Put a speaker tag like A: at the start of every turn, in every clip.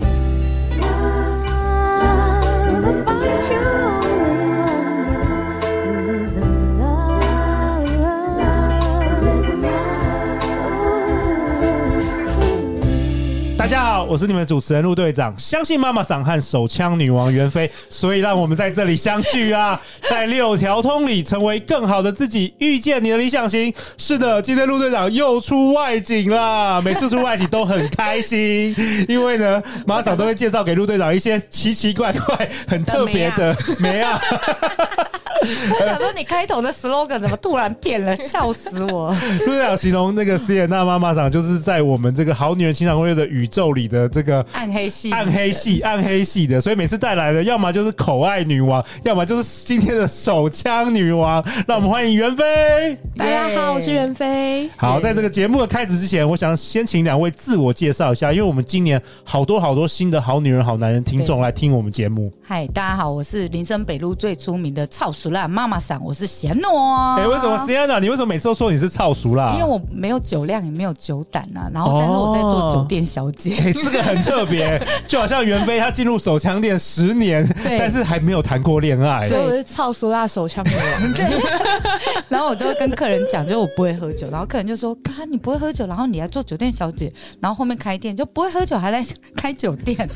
A: 他。
B: Love, find your only one. Live in love, live in love.
C: 大家好，我是你们的主持人陆队长。相信妈妈桑和手枪女王袁飞，所以让我们在这里相 聚啊，在六条通里成为更好的自己，遇见你的理想型。是的，今天陆队长又出外景啦，每次出外景都很开心，因为呢，妈桑都会介绍给陆队长一些奇奇怪怪、很特别的 美啊。
D: 啊我想说，你开头的 slogan 怎么突然变了？笑死我！
C: 陆队长形容那个
D: 嗯
C: 斯野娜妈妈桑，就是在我们这个好女人情场攻略的宇宙里的这个
D: 暗黑系，
C: 暗黑系、暗黑系的，所以每次带来的要么就是口爱女王，要么就是今天的手枪女王。让我们欢迎袁飞。
D: 大家好我是袁
B: 飞。
C: 好，在这个节目的开始之前，我想先请两位自我介绍一下，因为我们今年好多好多新的好女人、好男人听众
D: 对
C: 来听我们节目。
D: 嗨，大家好，我是林森北路最出名的超熟辣妈妈桑，我是贤诺。
C: 哎、为什么啊 s i a n a 你为什么每次都说你是超熟啦？
D: 啊因为我没有酒量，也没有酒胆啊，然后但是我在
C: 哦
D: 做酒店小姐。
C: 哎、这个很特 别，就好像袁飞他进入手枪店十年，
D: 对
C: 但是还没有谈过恋爱。
D: 对
B: 所以我是超苏辣手枪女王。
D: 然后我都会跟客人讲，就是我不会喝酒，然后客人就说：“啊，你不会喝酒，然后你还做酒店小姐，然后后面开店就不会喝酒，还来开酒店，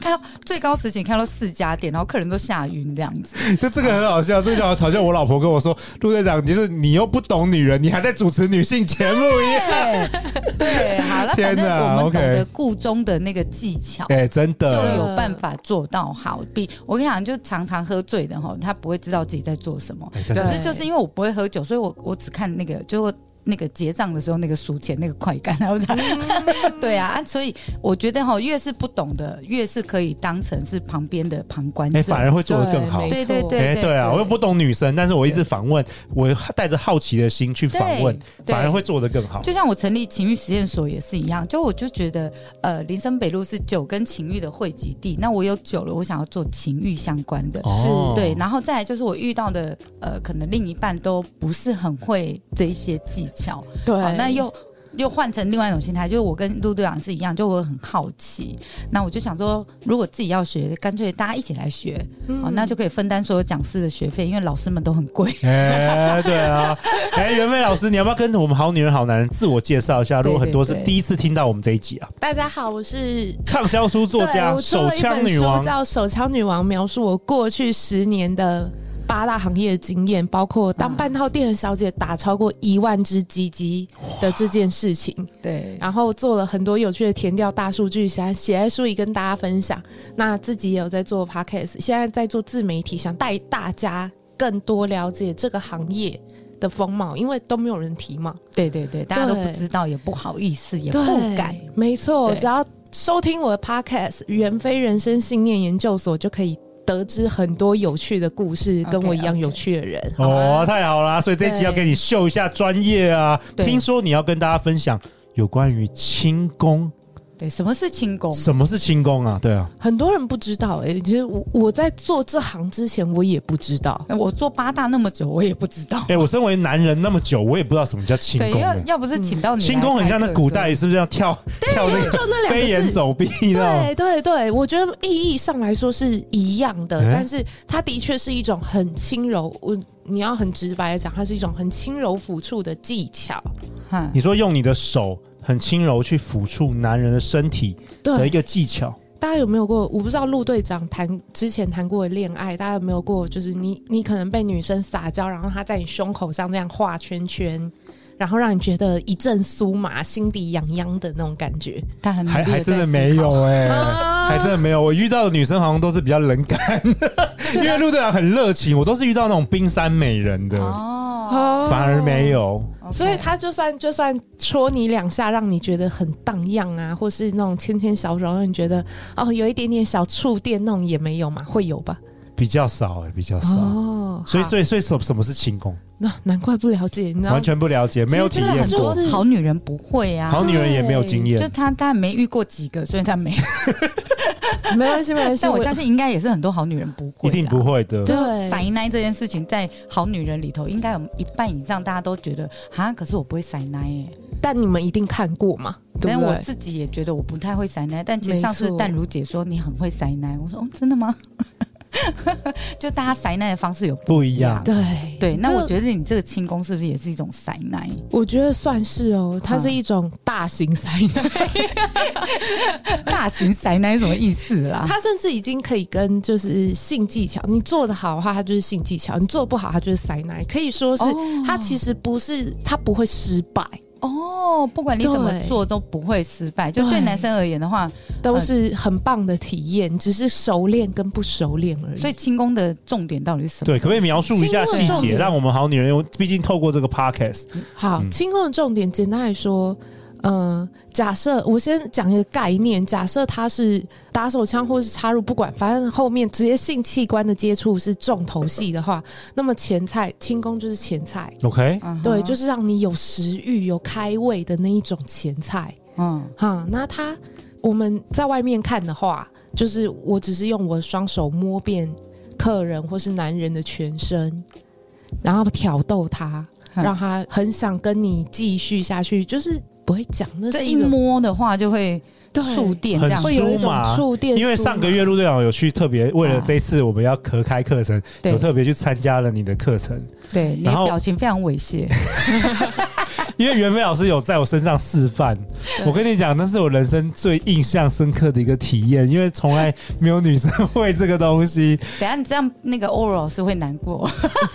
D: 开最高时期开到四家店，然后客人都吓晕这样子。”
C: 就 这个很好笑，这个就好好像我老婆跟我说，陆队长，就是你又不懂女人，你还在主持女性节目一样。
D: 对，好了，
C: 天
D: 反
C: 哪
D: 正我们懂
C: OK
D: 得故中的那个技巧。
C: 哎、真
D: 就
C: 的，
D: 有办法做到好，比我跟你讲，就常常喝醉的哈，他不会知道自己在做什么。
C: 哎真
D: 可
C: 的
D: 是就是因为我不会喝酒，所以我我只看那个，就我那个结账的时候那个数钱那个快感，然后才、
B: 嗯
D: 对啊啊，所以我觉得哈，越是不懂的，越是可以当成是旁边的旁观
C: 哎、
D: 者。
C: 反而会做得更好。
B: 对
D: 对对
B: 没错
D: 对对
C: 对啊，我又不懂女生，但是我一直访问，我带着好奇的心去访问
D: 对，对
C: 反而会做得更好。
D: 就像我成立情欲实验所也是一样，就我就觉得，呃，林森北路是酒跟情欲的汇集地。那我有酒了，我想要做情欲相关的，
C: 哦
D: 对。然后再来就是我遇到的，呃，可能另一半都不是很会这一些技巧，
B: 对
D: 好，那又。又换成另外一种心态，就是我跟陆队长是一样，就我很好奇，那我就想说，如果自己要学，干脆大家一起来学，
B: 嗯
D: 好，那就可以分担所有讲师的学费，因为老师们都很贵。
C: 哎、对啊，哎、袁飞老师，你要不要跟我们好女人、好男人自我介绍一下？如果
D: 对对
C: 很多是
D: 对
C: 第一次听到我们这一集啊，
B: 大家好，我是
C: 畅销书作
B: 对
C: 家、
B: 我出
C: 手
B: 了一本
C: 枪女
B: 书
C: 王，
B: 叫《手枪女王》，描述我过去十年的八大行业的经验，包括当半套店的小姐打超过一万只鸡鸡的这件事情，
D: 对，
B: 然后做了很多有趣的填调大数据，写写在书里跟大家分享。那自己也有在做 podcast，现在在做自媒体，想带大家更多了解这个行业的风貌，因为都没有人提嘛。
D: 对对对，大家都不
B: 对
D: 知道，也不好意思，也不
B: 对，
D: 敢。
B: 没错，
D: 对
B: 只要收听我的 podcast《袁飞人生信念研究所》，就可以得知很多有趣的故事，
D: OK，
B: 跟我一样
D: OK
B: 有趣的人。好吗
C: 哦，，太好啦！所以这一集
B: 对
C: 要给你秀一下专业啊。
D: 对
C: 听说你要跟大家分享有关于轻功，
D: 对，什么是轻功？
C: 什么是轻功啊？对啊，
B: 很多人不知道哎、其实我我在做这行之前，我也不知道。
D: 哎我做八大那么久，我也不知道。
C: 哎、我身为男人那么久，我也不知道什么叫轻
D: 对，
C: 功、
D: 要
C: 欸。
D: 要不是请到你，
C: 轻功很像那古代，，是不是要跳跳那
B: 就
C: 个
B: 那
C: 飞
B: 两个
C: 檐
B: 字。
C: 走壁那
B: 对对对，我觉得意义上来说是一样的，
C: 哎
B: 但是它的确是一种很轻柔，我你要很直白的讲，它是一种很轻柔抚触的技巧。
D: 嗯
C: 你说用你的手很轻柔去抚触男人的身体的一
B: 对，
C: 个技巧，
B: 大家有没有过？我不知道陆队长谈之前谈过的恋爱，大家有没有过？就是你你可能被女生撒娇，然后她在你胸口上这样画圈圈，然后让你觉得一阵酥麻，心底痒痒的那种感觉。
D: 他很努
C: 嗯
D: 力
C: 还
D: 地
C: 还真的
D: 在思
C: 没
D: 考。
C: 有哎、
B: 啊
C: 还真的没有，我遇到的女生好像都是比较冷感，因为陆队长很热情，我都是遇到那种冰山美人的，
D: 哦，
B: 哦
C: 反而没有。
B: 所以他就算就算戳你两下，让你觉得很荡漾啊，或是那种牵牵小手，让你觉得哦有一点点小触电那种也没有嘛，会有吧？
C: 比较少哎、比较少。
B: 哦，
C: 所以，
B: 好
C: 所以，所以什什么是轻功？
B: 那难怪不了解，你知道
C: 完全不了解，没有体
D: 其实
C: 验
D: 很
C: 过
D: 多。好女人不会啊，
C: 好女人也没有经
D: 就
C: 验，
D: 她她没遇过几个，所以她没。
B: 没关系，没关系。
D: 但我相信应该也是很多好女人不会，
C: 一定不。会的。
B: 对
D: 塞奶这件事情，在好女人里头，应该有一半以上大家都觉得啊，可是我不会塞奶耶。
B: 但你们一定看过嘛？对
D: 但
B: 不
D: 我
B: 对？
D: 自己也觉得我不太会塞奶，但其实
B: 没
D: 上次
B: 错
D: 淡如姐说你很会塞奶，我说哦，真的吗？ 就大家塞奶的方式有
C: 不一
B: 啊
C: 样
B: 对
D: 对，那
B: 这
D: 我觉得你这个轻功是不是也是一种塞奶？
B: 我觉得算是哦，它
D: 嗯
B: 是一种大型塞奶，
D: 大型塞奶是什么意思啦？
B: 它甚至已经可以跟就是性技巧，你做的好的话，它就是性技巧；你做不好，它就是塞奶。可以说是
D: 哦
B: 它其实不是，它不会失败，
D: 哦，不管你怎么
B: 对
D: 做都不会失败。就对
B: 对
D: 男生而言的话，
B: 都是很棒的体验，只是熟练跟不熟练而已。
D: 所以轻功的重点到底是什么？
C: 对，可不可以描述一下细
B: 轻功的重
C: 节，
B: 点
C: 让我们好女人用？毕竟透过这个 podcast，
B: 好，
C: 嗯
B: 轻功的重点，简单来说，嗯，假设我先讲一个概念，假设他是打手枪或是插入，不管，反正后面直接性器官的接触是重头戏的话，那么前菜轻功就是前菜，
C: OK，
D: 嗯哼
B: 对，就是让你有食欲、有开胃的那一种前菜。
D: 嗯
B: 哈、那它我们在外面看的话，就是我只是用我的双手摸遍客人或是男人的全身，然后挑逗他，
D: 嗯
B: 让他很想跟你继续下去，就是不会讲，那
D: 这
B: 是
D: 一
B: 种
D: 摸的话就会
B: 对
D: 触电这样
C: 很
B: 会有一
C: 酥
B: 种
C: 麻
B: 触电酥麻，
C: 因为上个月陆队长有去特别为了
D: 啊
C: 这一次我们要合开课程，
D: 对
C: 有特别去参加了你的课程，
D: 对，你的
C: 然后
D: 表情非常猥亵，
C: 因为袁飞老师有在我身上示范。我跟你讲，那是我人生最印象深刻的一个体验，因为从来没有女生会这个东西。
D: 等一下你这样那个 oral 是会难过，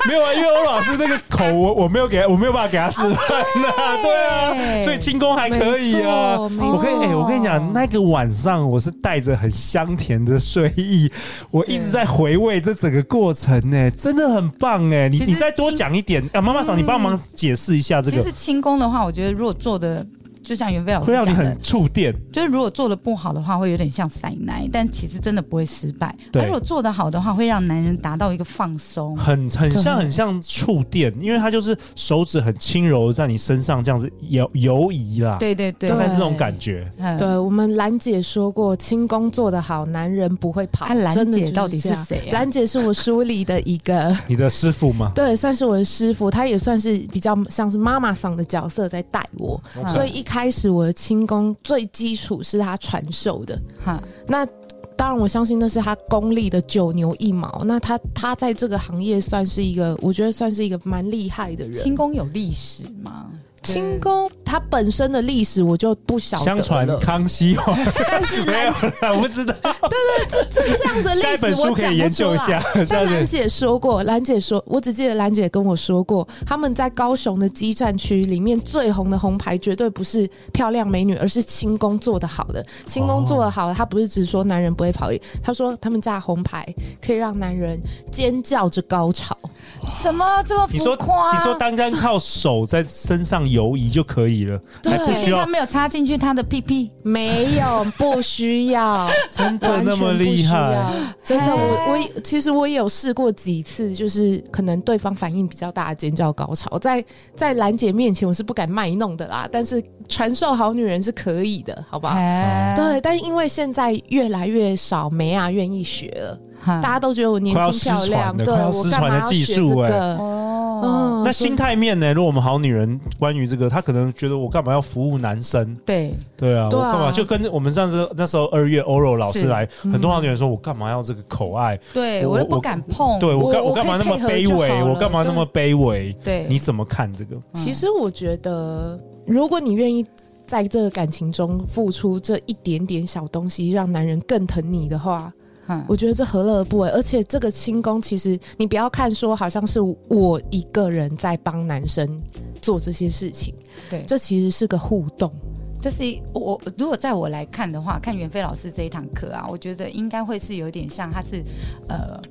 C: 没有啊，因为欧老师那个口我我没有给，我没有办法给他示范呐、
D: 对
C: 对啊，所以轻功还可以啊。
B: 没错没
C: 我跟
D: 错
C: 哎、我跟你讲，那个晚上我是带着很香甜的睡意，我一直在回味这整个过程呢、真的很棒哎、你
D: 其实
C: 你再多
D: 轻
C: 讲一点啊，妈妈桑，你帮忙解释一 下这
D: 其
C: 个
D: 实，轻功的话，我觉得如果做的就像袁飞老师
C: 会让你
D: 讲的
C: 很，触电。
D: 就是如果做的不好的话，会有点像塞奶，但其实真的不会失败。
C: 对
D: 而如果做的好的话，会让男人达到一个 放松。
C: 很很像
B: 对
C: 很像触电，因为它就是手指很轻柔地在你身上这样子游游移啦，
D: 对对对
C: 大，概是这种
B: 对
C: 感觉。
D: 嗯
B: 对我们兰姐说过，轻功做得好，男人不会跑。
D: 啊，兰
B: 真的就
D: 姐到底
B: 这
D: 是
B: 样？
D: 谁啊？
B: 兰姐是我书里的一个。
C: 你的师傅吗？
B: 对，算是我的师傅，他也算是比较像是妈妈桑的角色在带我，
D: 嗯
B: 所以一开始我的轻功最基础是他传授的。
D: 哈，
B: 那当然，我相信那是他功力的九牛一毛。那他他在这个行业算是一个，我觉得算是一个蛮厉害的人。
D: 轻功有历史吗？
B: 轻功它本身的历史我就不晓得
C: 相传
B: 了，
C: 康熙皇
B: 但 是
C: 没有
B: 兰
C: 啦，我不知道。
B: 这这这样的
C: 下
B: 历
C: 一本
B: 史我
C: 书可
B: 讲
C: 以
B: 不
C: 研
B: 出
C: 究一
B: 来
C: 下。。下
B: 但
C: 一
B: 兰
C: 本
B: 姐说过，兰姐说，我只记得兰姐跟我说过，他们在高雄的基站区里面最红的红牌，绝对不是漂亮美女，而是轻功做得好的。轻功做得好的，她不是只说男人不会跑而已，她说他们架红牌可以让男人尖叫着高潮。
D: 什么这么
C: 你说
D: 浮夸？啊
C: 你说单单靠手在身上游移就可以了，
B: 对
C: 还不
D: 确
C: 需
D: 定他
C: 要
D: 没有插进去他的屁屁？
B: 没有，不需要，嗯
C: 真的
B: 完
C: 那
B: 全
C: 么
B: 不需
C: 厉害。
B: 要。 真的，我我其实我也有试过几次，就是可能对方反应比较大的尖叫高潮，在在兰姐面前我是不敢卖弄的啦，但是传授好女人是可以的，好不好？
C: 哦
D: 哎，
B: 对，但是因为现在越来越少梅啊愿意学了，
D: 哈，
B: 大家都觉得我年轻漂亮，
C: 快要失传了
B: 对
C: 快要
B: 我
C: 失
B: 干
C: 传
B: 嘛
C: 的
B: 要
C: 技
B: 学这
C: 术哎
B: 个？
D: 哦，
B: 嗯
C: 那心态面呢？如果我们好女人关于这个，她可能觉得我干嘛要服务男生？
D: 对，
C: 对啊，
B: 对
C: 我干嘛
B: 啊
C: 就跟我们上次那时候二月 Oro 老师
D: 是
C: 来，很多
B: 嗯
C: 好女人说，我干嘛要这个口爱？
D: 对
C: 我
D: 我又
C: 我
D: 不敢碰，
C: 对我
B: 嗯我
C: 干
B: 我
C: 干嘛那么
B: 可以
C: 卑
B: 配合就
C: 微？
B: 好了
C: 我干嘛那么卑微？
D: 对，
C: 你怎么看这个？
D: 嗯
B: 其实我觉得，如果你愿意在这个感情中付出这一点点小东西，让男人更疼你的话，
D: 嗯
B: 我觉得这何乐而不为？而且这个轻功，其实你不要看说好像是我一个人在帮男生做这些事情，
D: 对，
B: 这其实是个互动。
D: 这是一我我如果在我来看的话，看袁飞老师这一堂课啊，我觉得应该会是有点像他是呃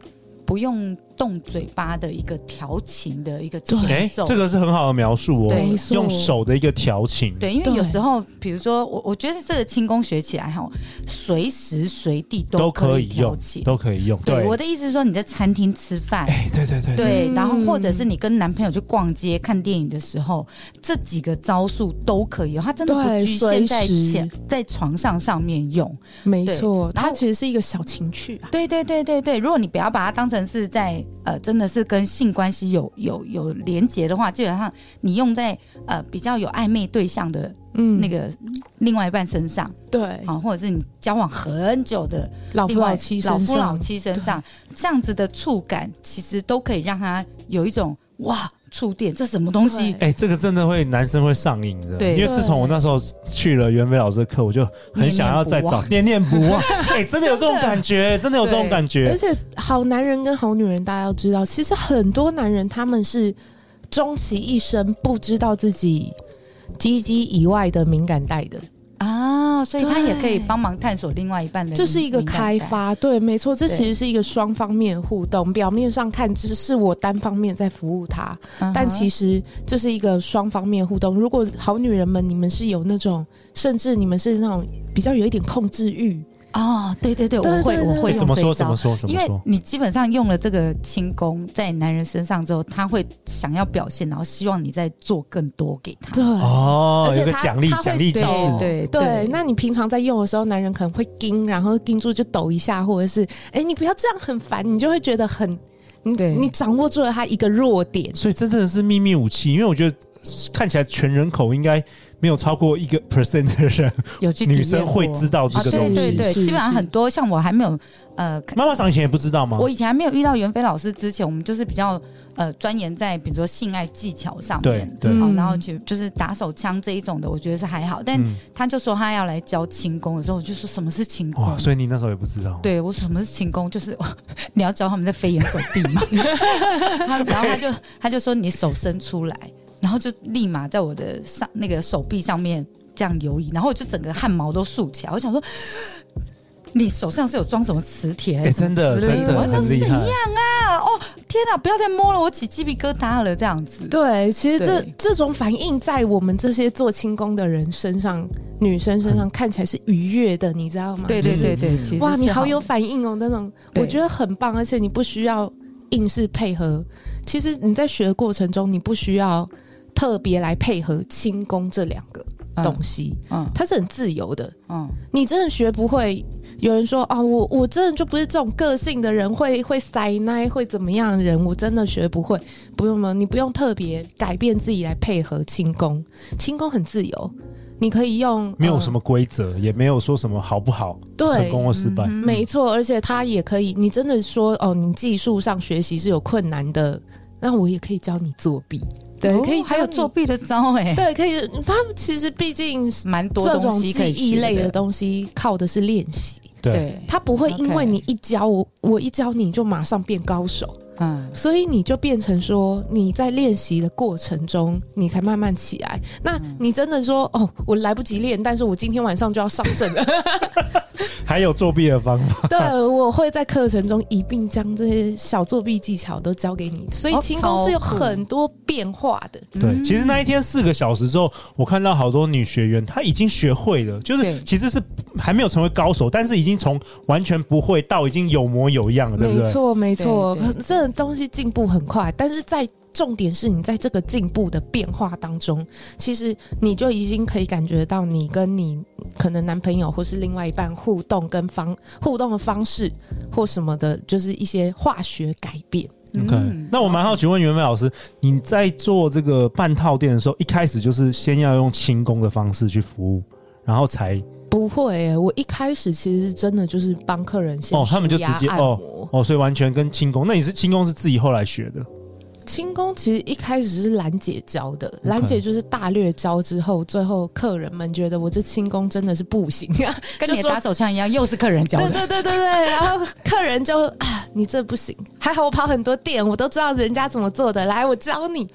D: 不用动嘴巴的一个调情的一个
C: 哎
D: 前奏。
C: 这个是很好的描述哦
D: 对
B: 没，错
C: 用手的一个调情，
D: 对，因为
B: 对
D: 有时候，比如说我，我觉得这个轻功学起来哈，随时随地
C: 都可
D: 以
C: 以用
D: 调起。，
C: 都可以用。
D: 对，我的意思是说，你在餐厅吃饭，
C: 哎，对对对，
D: 对，
B: 嗯
D: 然后或者是你跟男朋友去逛街、看电影的时候，这几个招数都可以用，它真的不
B: 对
D: 局限在
B: 随时
D: 前在床上上面用。
B: 没
D: 对
B: 错，
D: 然后
B: 它其实是一个小情趣啊。
D: 对对对对对，如果你不要把它当成是在呃，真的是跟性关系有有有连结的话，基本上你用在呃比较有暧昧对象的
B: 嗯
D: 那个另外一半身上，
B: 对，
D: 好、或者是你交往很久的
B: 老
D: 另
B: 夫
D: 外
B: 老妻身
D: 老
B: 上，
D: 夫老妻身上，这样子的触感，其实都可以让他有一种哇触电，这什么东西？
B: 对
C: 哎，这个真的会男生会上瘾的，
D: 对
C: 因为自从我那时候去了袁飞老师的课，我就很想要再找念
D: 啊
C: 念不忘， 哎，真的有这种感觉，真的有这种感
B: 而
C: 觉，
B: 且好男人跟好女人，大家要知道，其实很多男人他们是终其一生不知道自己鸡鸡以外的敏感带的，
D: 啊，所以他也可以
B: 对
D: 帮忙探索另外一半的，
B: 这是一个开。发。对，没错，这其实是一个双方面互动。表面上看，只是我单方面在服务他，
D: 嗯
B: 但其
D: 实
B: 实这是一个双方面互动。如果好女人们，你们是有那种，甚至你们是那种比较有一点控制欲，
D: 哦，对对对，
B: 对
D: 我会
B: 对对
D: 我会
C: 哎，
D: 用
C: 怎么
D: 这一
C: 说怎
D: 招
C: 么说怎
D: 因
C: 么
D: 为
C: 说，
D: 你基本上用了这个轻功在男人身上之后，他会想要表现，然后希望你再做更多给他。
B: 对。
C: 哦
B: 而，且
C: 有个
B: 他
C: 奖励
B: 他会
C: 奖励机
B: 对
C: 制，
D: 对
B: 对，那你平常在用的时候，男人可能会盯，然后盯住就抖一下，或者是哎、你不要这样，很烦，你就会觉得很，你
D: 对
B: 你掌握住了他一个弱点，
C: 所以真正的是秘密武器，因为我觉得看起来全人口应该没有超过一个 percent 的人，
D: 有去体验
C: 女生会
D: 过
C: 知道这
D: 啊，
C: 个东
D: 对
C: 西。
D: 对对，
B: 是
D: 基本上
B: 是
D: 很多像我还没有呃，
C: 妈妈上以前也不知道吗？
D: 我以前还没有遇到袁飞老师之前，我们就是比较呃钻研在比如说性爱技巧上
C: 对
D: 面。
C: 对，
B: 嗯
D: 哦，然后就就是打手枪这一种的，我觉得是还好，但
C: 嗯
D: 他就说他要来教轻功的时候，我就说什么是轻功
C: 哇，？所以你那时候也不知道。
D: 嗯对我什么是轻功？就是哦你要教他们在飞檐走壁 嘛。他然后他就他就说你手伸出来，然后就立马在我的上那个手臂上面这样游移，然后我就整个汗毛都竖起来。我想说，你手上是有装什么磁铁还
C: 哎，
D: 是什
C: 真
D: 么
C: 的
D: 之类
C: 真的
D: 我想
C: 很厉害，
D: 啊，哦天哪，不要再摸了，我起鸡皮疙瘩了，这样子。
B: 对，其实这
D: 对
B: 这种反应在我们这些做轻功的人身上，女生身上看起来是愉悦的，你知道吗？
D: 嗯对对对对，其实
B: 哇，
D: 是
B: 你好有反应哦，那种
D: 对
B: 我觉得很棒，而且你不需要硬是配合。其实你在学的过程中，你不需要特别来配合轻功这两个
D: 嗯
B: 东西，
D: 嗯
B: 它是很自由的。
D: 嗯，
B: 你真的学不会，有人说啊，我我真的就不是这种个性的人，会会塞奶，会怎么样的人，我真的学不会。不用吗？你不用特别改变自己来配合轻功，轻功很自由，你可以用呃
C: 没有什
B: 么。
C: 么规则，也没有说什么好不好，
B: 对
C: 成功或失败。
D: 嗯
B: 没错，而且他也可以，你真的说哦，你技术上学习是有困难的，那我也可以教你作弊，对，
D: 哦
B: 可以教
D: 还有
B: 你
D: 作，弊的招哎，
B: 对，可以。他们其实毕竟
D: 蛮多
B: 这
D: 东
B: 种
D: 西
B: 技
D: 可以
B: 艺
D: 学
B: 类的，东西靠的是练习，
C: 对，
D: 对，
B: 他不会因
D: OK
B: 为你一教我，我一教你就马上变高手，
D: 嗯
B: 所以你就变成说你在练习的过程中，你才慢慢起来。那
D: 嗯
B: 你真的说哦，我来不及练，但是我今天晚上就要上阵 了。
C: 还有作弊的方
D: 嗯
C: 法。
B: 对，我会在课程中一并将这些小作弊技巧都教给你，所以
D: 哦
B: 轻功是有
D: 超酷
B: 很多变化的。
C: 对，其实那一天四个小时之后，我看到好多女学员，她已经学会了，就是
D: 对
C: 其实是还没有成为高手，但是已经从完全不会到已经有模有样了，对不
B: 没
C: 对？
B: 错，没错
D: 对对，
B: 这东西进步很快，但是在重点是你在这个进步的变化当中，其实你就已经可以感觉到你跟你可能男朋友或是另外一半互动跟方互动的方式或什么的，就是一些化学改变。
C: 嗯
D: 嗯
C: OK，、那我蛮好奇问袁飞老师，你在做这个半套店的时候，一开始就是先要用轻功的方式去服务，然后才
B: 不会耶、我一开始其实是真的就是帮客人先
C: 哦他们就
B: 舒压
C: 直接
B: 按
C: 哦
B: 摩
C: 哦，所以完全跟轻功。那你是轻功是自己后来学的？
B: 轻功其实一开始是兰姐教的，兰姐就是大略教之后，最后客人们觉得我这轻功真的是不行啊，
D: 跟你
B: 就
D: 的
B: 说
D: 打手枪一样，又是客人教
B: 对
D: 的。
B: 对对对对，然后客人就啊，你这不行，还好我跑很多店，我都知道人家怎么做的，来我 教你，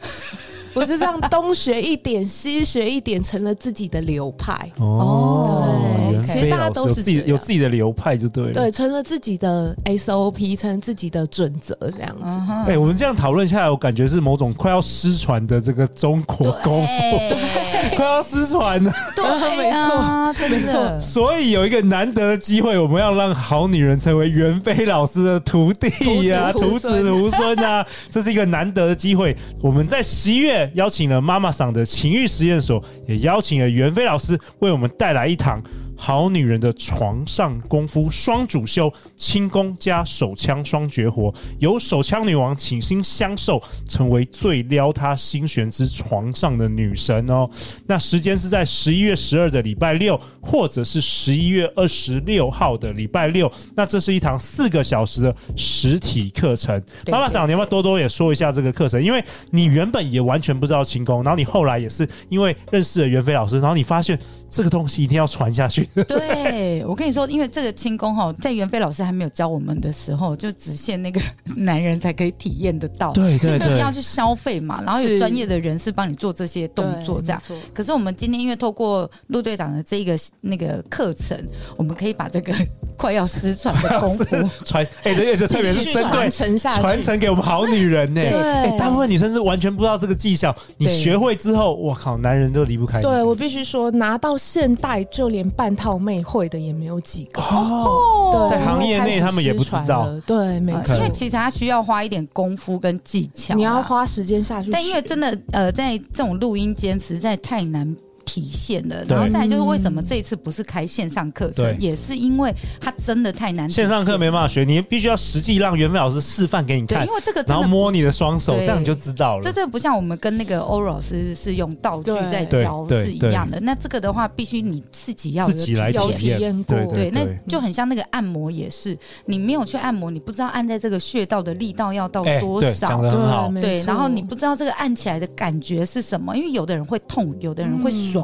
B: 我就这样东学一点西学一点，成了自己的流派。
C: 哦，
B: 对
C: 袁
B: 其实
C: 飞
B: 大家
C: 老师
B: 都
C: 有
B: 是
C: 自己
B: 这样
C: 有自己的流派就
D: 嗯
C: 对了。
B: 对，成了自己的 SOP，成了自己的准则，这样子。
D: 嗯哼
C: 哎、我们这样讨论下来，我感觉是某种快要失传的这个中国功 夫，
D: 对，
C: 快要失传了。
D: 对，没错，真的，
C: 所以有一个难得的机会，我们要让好女人成为袁飞老师的徒弟呀、徒
B: 徒
C: 子
B: 子
C: 徒孙啊， 这是一个难得的机会。我们在十一月邀请了妈妈桑的情欲实验所，也邀请了袁飞老师为我们带来一堂好女人的床上功夫双主修，轻功加手枪双绝活，由手枪女王倾心相授，成为最撩她心弦之床上的女神哦。那时间是在十一月十二的礼拜六，或者是十一月二十六号的礼拜六。那这是一堂四个小时的实体课程。
D: 对
C: 妈妈桑，你要不要多多也说一下这个课程？因为你原本也完全不知道轻功，然后你后来也是因为认识了袁飞老师，然后你发现这个东西一定要传下
B: 哦
C: 去。
D: 对，我跟你说，因为这个轻功哈，在袁飞老师还没有教我们的时候，就只限那个 男人才可以体验得到，
C: 对 对
D: 所以你一定
C: 对
D: 要，去消费嘛，然后有
B: 是
D: 专业的人士帮你做这些动作，这样。
B: 对。没错
D: 可是我们今天因为透过陆队长的这一个那个课程，我们可以把这个 快要失传的功 夫，
C: 传哎，对对，特别是
B: 继续
C: 针对
B: 传承下去，
C: 传承给我们好女人呢、
B: 对
C: 哎、大部分女生是完全不知道这个技巧，你
D: 对
C: 学会之后，我靠，男人就离不开你。
B: 对我必须说，拿到现代就连半套妹会的也没有几个，
C: 哦，
B: 对，
C: 在行业内他们也不知道
B: 开始失传了，对，没
D: 呃
B: 错
D: 因，为其实它需要花一点功夫跟技巧啦，
B: 你要花时间下去学，
D: 啊但因为真的，呃，在这种录音间实在太难体现了。
C: 对
D: 然后再来就是为什么这一次不是开线上课
C: 对
D: 程，也是因为它真的太难体现
C: 线上课没办法学，你必须要实际让袁飞老师示范给你
D: 对，
C: 看
D: 因，为这个真
C: 然后
D: 的。
C: 摸你的双手，
D: 对
C: 这样你就知道
D: 这
C: 了。
D: 真的不像我们跟那个欧老师是用道具
B: 对
D: 在教
C: 对
D: 是一样的，那这个的话必须你自己要有
C: 自己来
D: 体
B: 有
D: 验
C: 体验，
B: 体验过
C: 对对
D: 对，那
C: 对。
D: 就很像那个按摩也是，你没有去按摩，你不知道按在这个穴道的力道要到
C: 哎
D: 多
C: 对
D: 少
C: 讲，得很好
B: 对，没
D: 对，
B: 错
D: 然后你不知道这个按起来的感觉是什么，因为有的人会痛，有的人会爽，
B: 嗯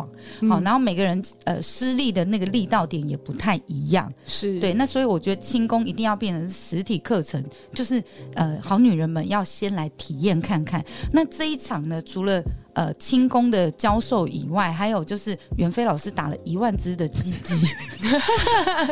D: 好，然后每个人呃施力的那个力道点也不太一样，
B: 是
D: 对，那所以我觉得轻功一定要变成实体课程，就是呃好女人们要先来体验看看。那这一场呢，除了呃轻功的教授以外，还有就是袁飞老师打了一万只的鸡鸡，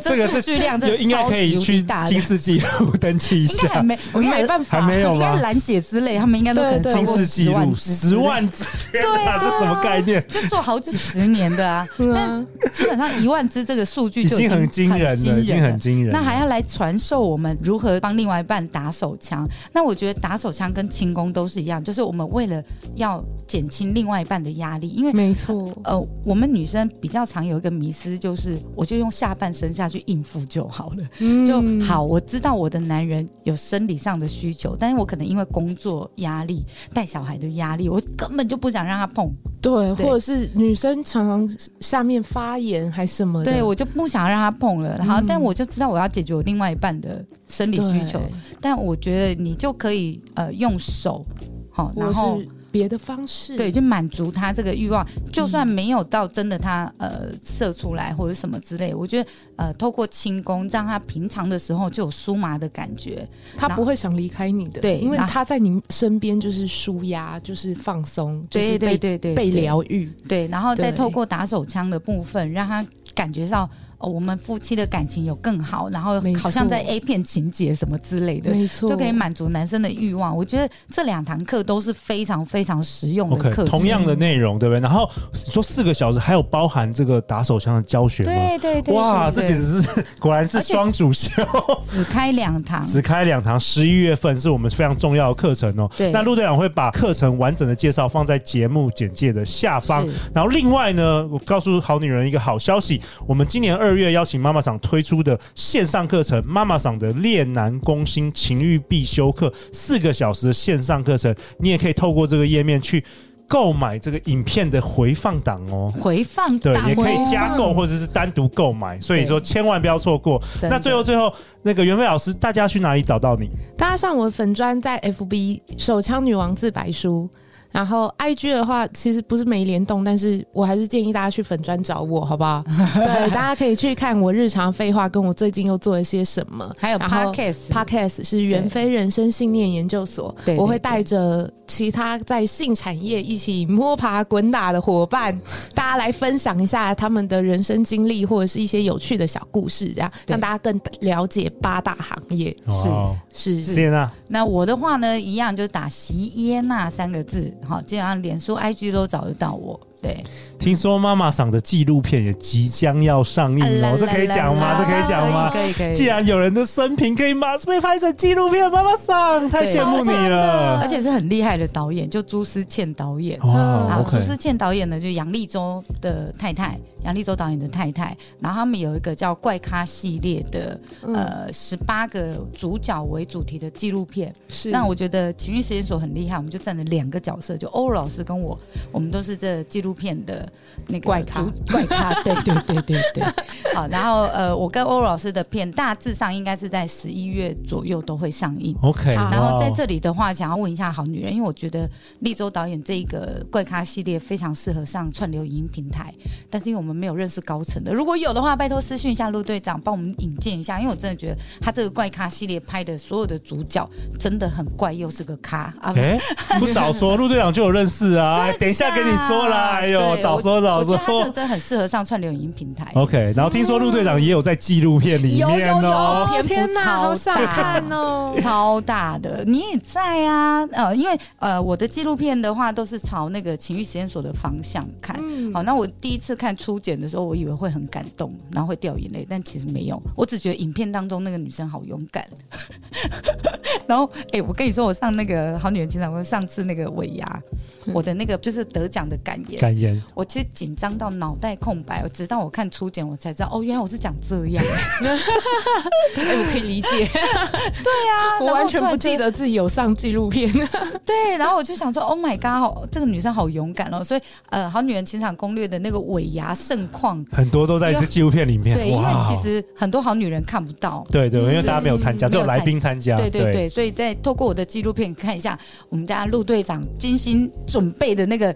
C: 这个
D: 数
C: 是
D: 据量真
C: 就
D: 的
C: 应该可以
D: 超级无
C: 去
D: 敌大的
C: 新世纪录 登记一
D: 应该还
C: 下，
D: 没，我应该
B: 没办法
C: 还没有啊
D: 应该
C: 吗？
D: 兰姐之类，他们应该都可能
B: 对
D: 超
C: 新
D: 过
C: 世纪
D: 十万
C: 录
D: 只，
C: 十，万只， 天哪，
D: 啊
C: 这什么概念？
D: 就做好几十年的啊。
B: 嗯
D: 那
B: 啊
D: 基本上一万只这个数据
C: 已
D: 就
C: 经很惊人了，已经很惊人了。
D: 那还要来传授我们如何帮另外一半打手枪？那我觉得打手枪跟轻功都是一样，就是我们为了要减轻另外一半的压力，因为
B: 没错，
D: 呃，我们女生比较常有一个迷思，就是我就用下半身下去应付就好了。就
B: 嗯
D: 好，我知道我的男人有生理上的需求，但是我可能因为工作压力、带小孩的压力，我根本就不想让他碰，
B: 对，
D: 对
B: 或者是女生常常下面发炎还什么的，
D: 对我就不想让他碰了。然后，但我就知道我要解决我另外一半的生理
B: 嗯对
D: 需求，但我觉得你就可以呃用手，好，
B: 或
D: 然后
B: 是别的方式，
D: 对，就满足他这个欲望，就算没有到真的他呃射出来或者什么之类，我觉得呃透过轻功让他平常的时候就有酥麻的感觉，
B: 他不会想离开你的，
D: 对
B: 因为
D: 然后
B: 他在你身边就是舒压，就是放松，就
D: 对
B: 是
D: 对
B: 被
D: 对对
B: 被
D: 对
B: 疗愈，
D: 对，然后再
B: 对
D: 透过打手枪的部分，让他感觉到、哦、我们夫妻的感情有更好，然后
B: 没
D: 好像
B: 错
D: 在 A 片情节什么之类的。
B: 没错，
D: 就可以满足男生的欲望，我觉得这两堂课都是非常非常实用的
C: OK，
D: 课程。
C: 同样的内容，对不对？然后你说四个小时，还有包含这个打手枪的教学吗？
D: 对对对，
C: 哇，这
D: 对
C: 简直是果然是
D: 而且
C: 双主修，
D: 只开两堂，
C: 只开两堂，十一月份是我们非常重要的课程哦。
D: 对
C: 那陆队长会把课程完整的介绍放在节目简介的下方。
D: 是
C: 然后另外呢，我告诉好女人一个好消息，我们今年二月邀请妈妈桑推出的线上课程《妈妈桑的恋男攻心情欲必修课》，四个小时的线上课程，你也可以透过这个页面去购买这个影片的回放档哦。
D: 回放
C: 对，
D: 档
C: 也可以
D: 哦
C: 加购或者是单独购买，所以说千万不要错过。
D: 真的
C: 那最后最后，那个袁飞老师，大家去哪里找到你？
B: 大家上我的粉砖在 FB 手枪女王自白书，然后 IG 的话，其实不是没联动，但是我还是建议大家去粉专找我，好不 好？对，大家可以去看我日常废话，跟我最近又做了些什么。
D: 还有
B: 然后
D: podcast
B: Podcast 是袁飞人生信念研究所，
D: 对对对
B: 我会带着其他在性产业一起摸爬滚打的 伙伴，大家来分享一下他们的人生经历或者是一些有趣的小故事，这样
D: 对
B: 让大家更了解八大行业。
C: 哦，
B: 是
C: 谢谢娜，
D: 那我的话呢，一样就打席耶娜三个字，好，基本上脸书、IG 都找得到我。对，
C: 听说妈妈嗓的纪录片也即将要上映
D: 啊啦
C: 哦，这可以
D: 啦
C: 讲吗？
D: 啦
C: 这可以讲吗？
D: 啊可以可以可以。
C: 既然有人的生平可以马被拍成纪录片，妈妈桑太羡慕你了
D: 而。且是很厉害的导演，就朱思倩导演。
C: 哇
D: 啊，朱
C: 哦，OK，
D: 思倩导演呢，就杨立洲的太太，杨立洲导演的太太，然后他们有一个叫《怪咖》系列的，
B: 呃，
D: 呃，十八个主角为主题的纪录片。
B: 是
D: 那我觉得情欲实验所很厉害，我们就占了两个角色，就欧老师跟我，我们都是这纪录片的那个
B: 怪咖
D: 主怪咖，对对对对 对。好，然后呃，我跟欧老师的片大致上应该是在十一月左右都会上映。
C: OK，
B: 好
D: 然后在
C: 哇
D: 这里的话，想要问一下好女人，因为我觉得立州导演这一个怪咖系列非常适合上串流影音平台，但是因为我们没有认识高层的，如果有的话，拜托私讯一下陆队长，帮我们引荐一下，因为我真的觉得他这个怪咖系列拍的所有的主角真的很怪，又是个咖啊！不是
C: 哎，不早说，陆队长就有认识啊！哎
D: 真的
C: 等一下跟你说啦，哎呦，
D: 对
C: 早说早
D: 我觉得他这个
C: 说。哦
D: 真的很适合上串流影音平台。
C: OK，然后听说陆队长也有在纪录片里
D: 嗯有有
C: 面
D: 有
C: 哦。
D: 篇幅
B: 天
D: 超
B: 好想
D: 大
B: 看哦！
D: 超大的，你也在啊，呃，因为呃，我的纪录片的话都是朝那个情欲实验所的方向看。
B: 嗯
D: 好，那我第一次看初检的时候，我以为会很感动，然后会掉眼泪，但其实没有。我只觉得影片当中那个女生好勇敢。 然后，哎、我跟你说，我上那个《好女人情场攻略》，上次那个尾牙，
B: 嗯
D: 我的那个就是得奖的感言，
C: 感言，
D: 我其实紧张到脑袋空白，直到我看初检，我才知道，哦，原来我是讲这 样。
B: 哎、我可以理解，
D: 啊
B: 我完全不记。得自己有上纪录片。
D: 对，然后我就想说，Oh my god，好这个女生好勇敢哦。所以，呃，《好女人情场攻略》的那个尾牙盛况，
C: 很多都在这纪录片里面。
D: 对，因为
C: 哎哇哦
D: 其实很多好女人看不到。
C: 对对，因为大家没有参加，
D: 嗯
C: 只有来宾参加。
D: 对对对，所以在透过我的纪录片看一下我们家陆队长精心准备的那个，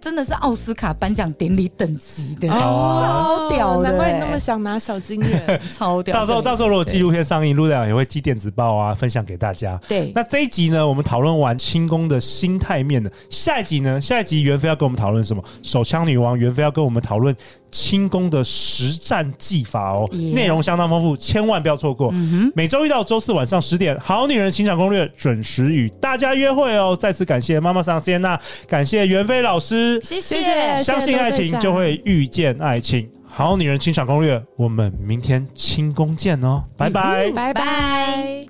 D: 真的是奥斯卡颁奖典礼等级的，
C: 哦
D: 超屌的、
B: 难怪你
D: 欸
B: 那么想拿小金人。
D: 超屌的。
C: 到时候到时候如果纪录片上映，陆队长也会寄电子报啊，分享给大家。
D: 对，
C: 那这一集呢，我们讨论完轻功的心态面的，下一集呢，下一集袁飞要跟我们讨论什么？手枪女王袁飞要跟我们讨论轻功的实战技法哦，
D: Yeah
C: 内容相当丰富，千万不要错过。
D: 嗯
C: 每周一到周四晚上十点，《好女人情场攻略》准时与大家约会哦。再次感谢妈妈桑谢娜，感谢袁飞老师
D: 哼，，谢
B: 谢谢
C: 相信爱情就会遇见爱情。好女人情场攻略，我们明天轻功见哦，拜拜。
B: 拜拜。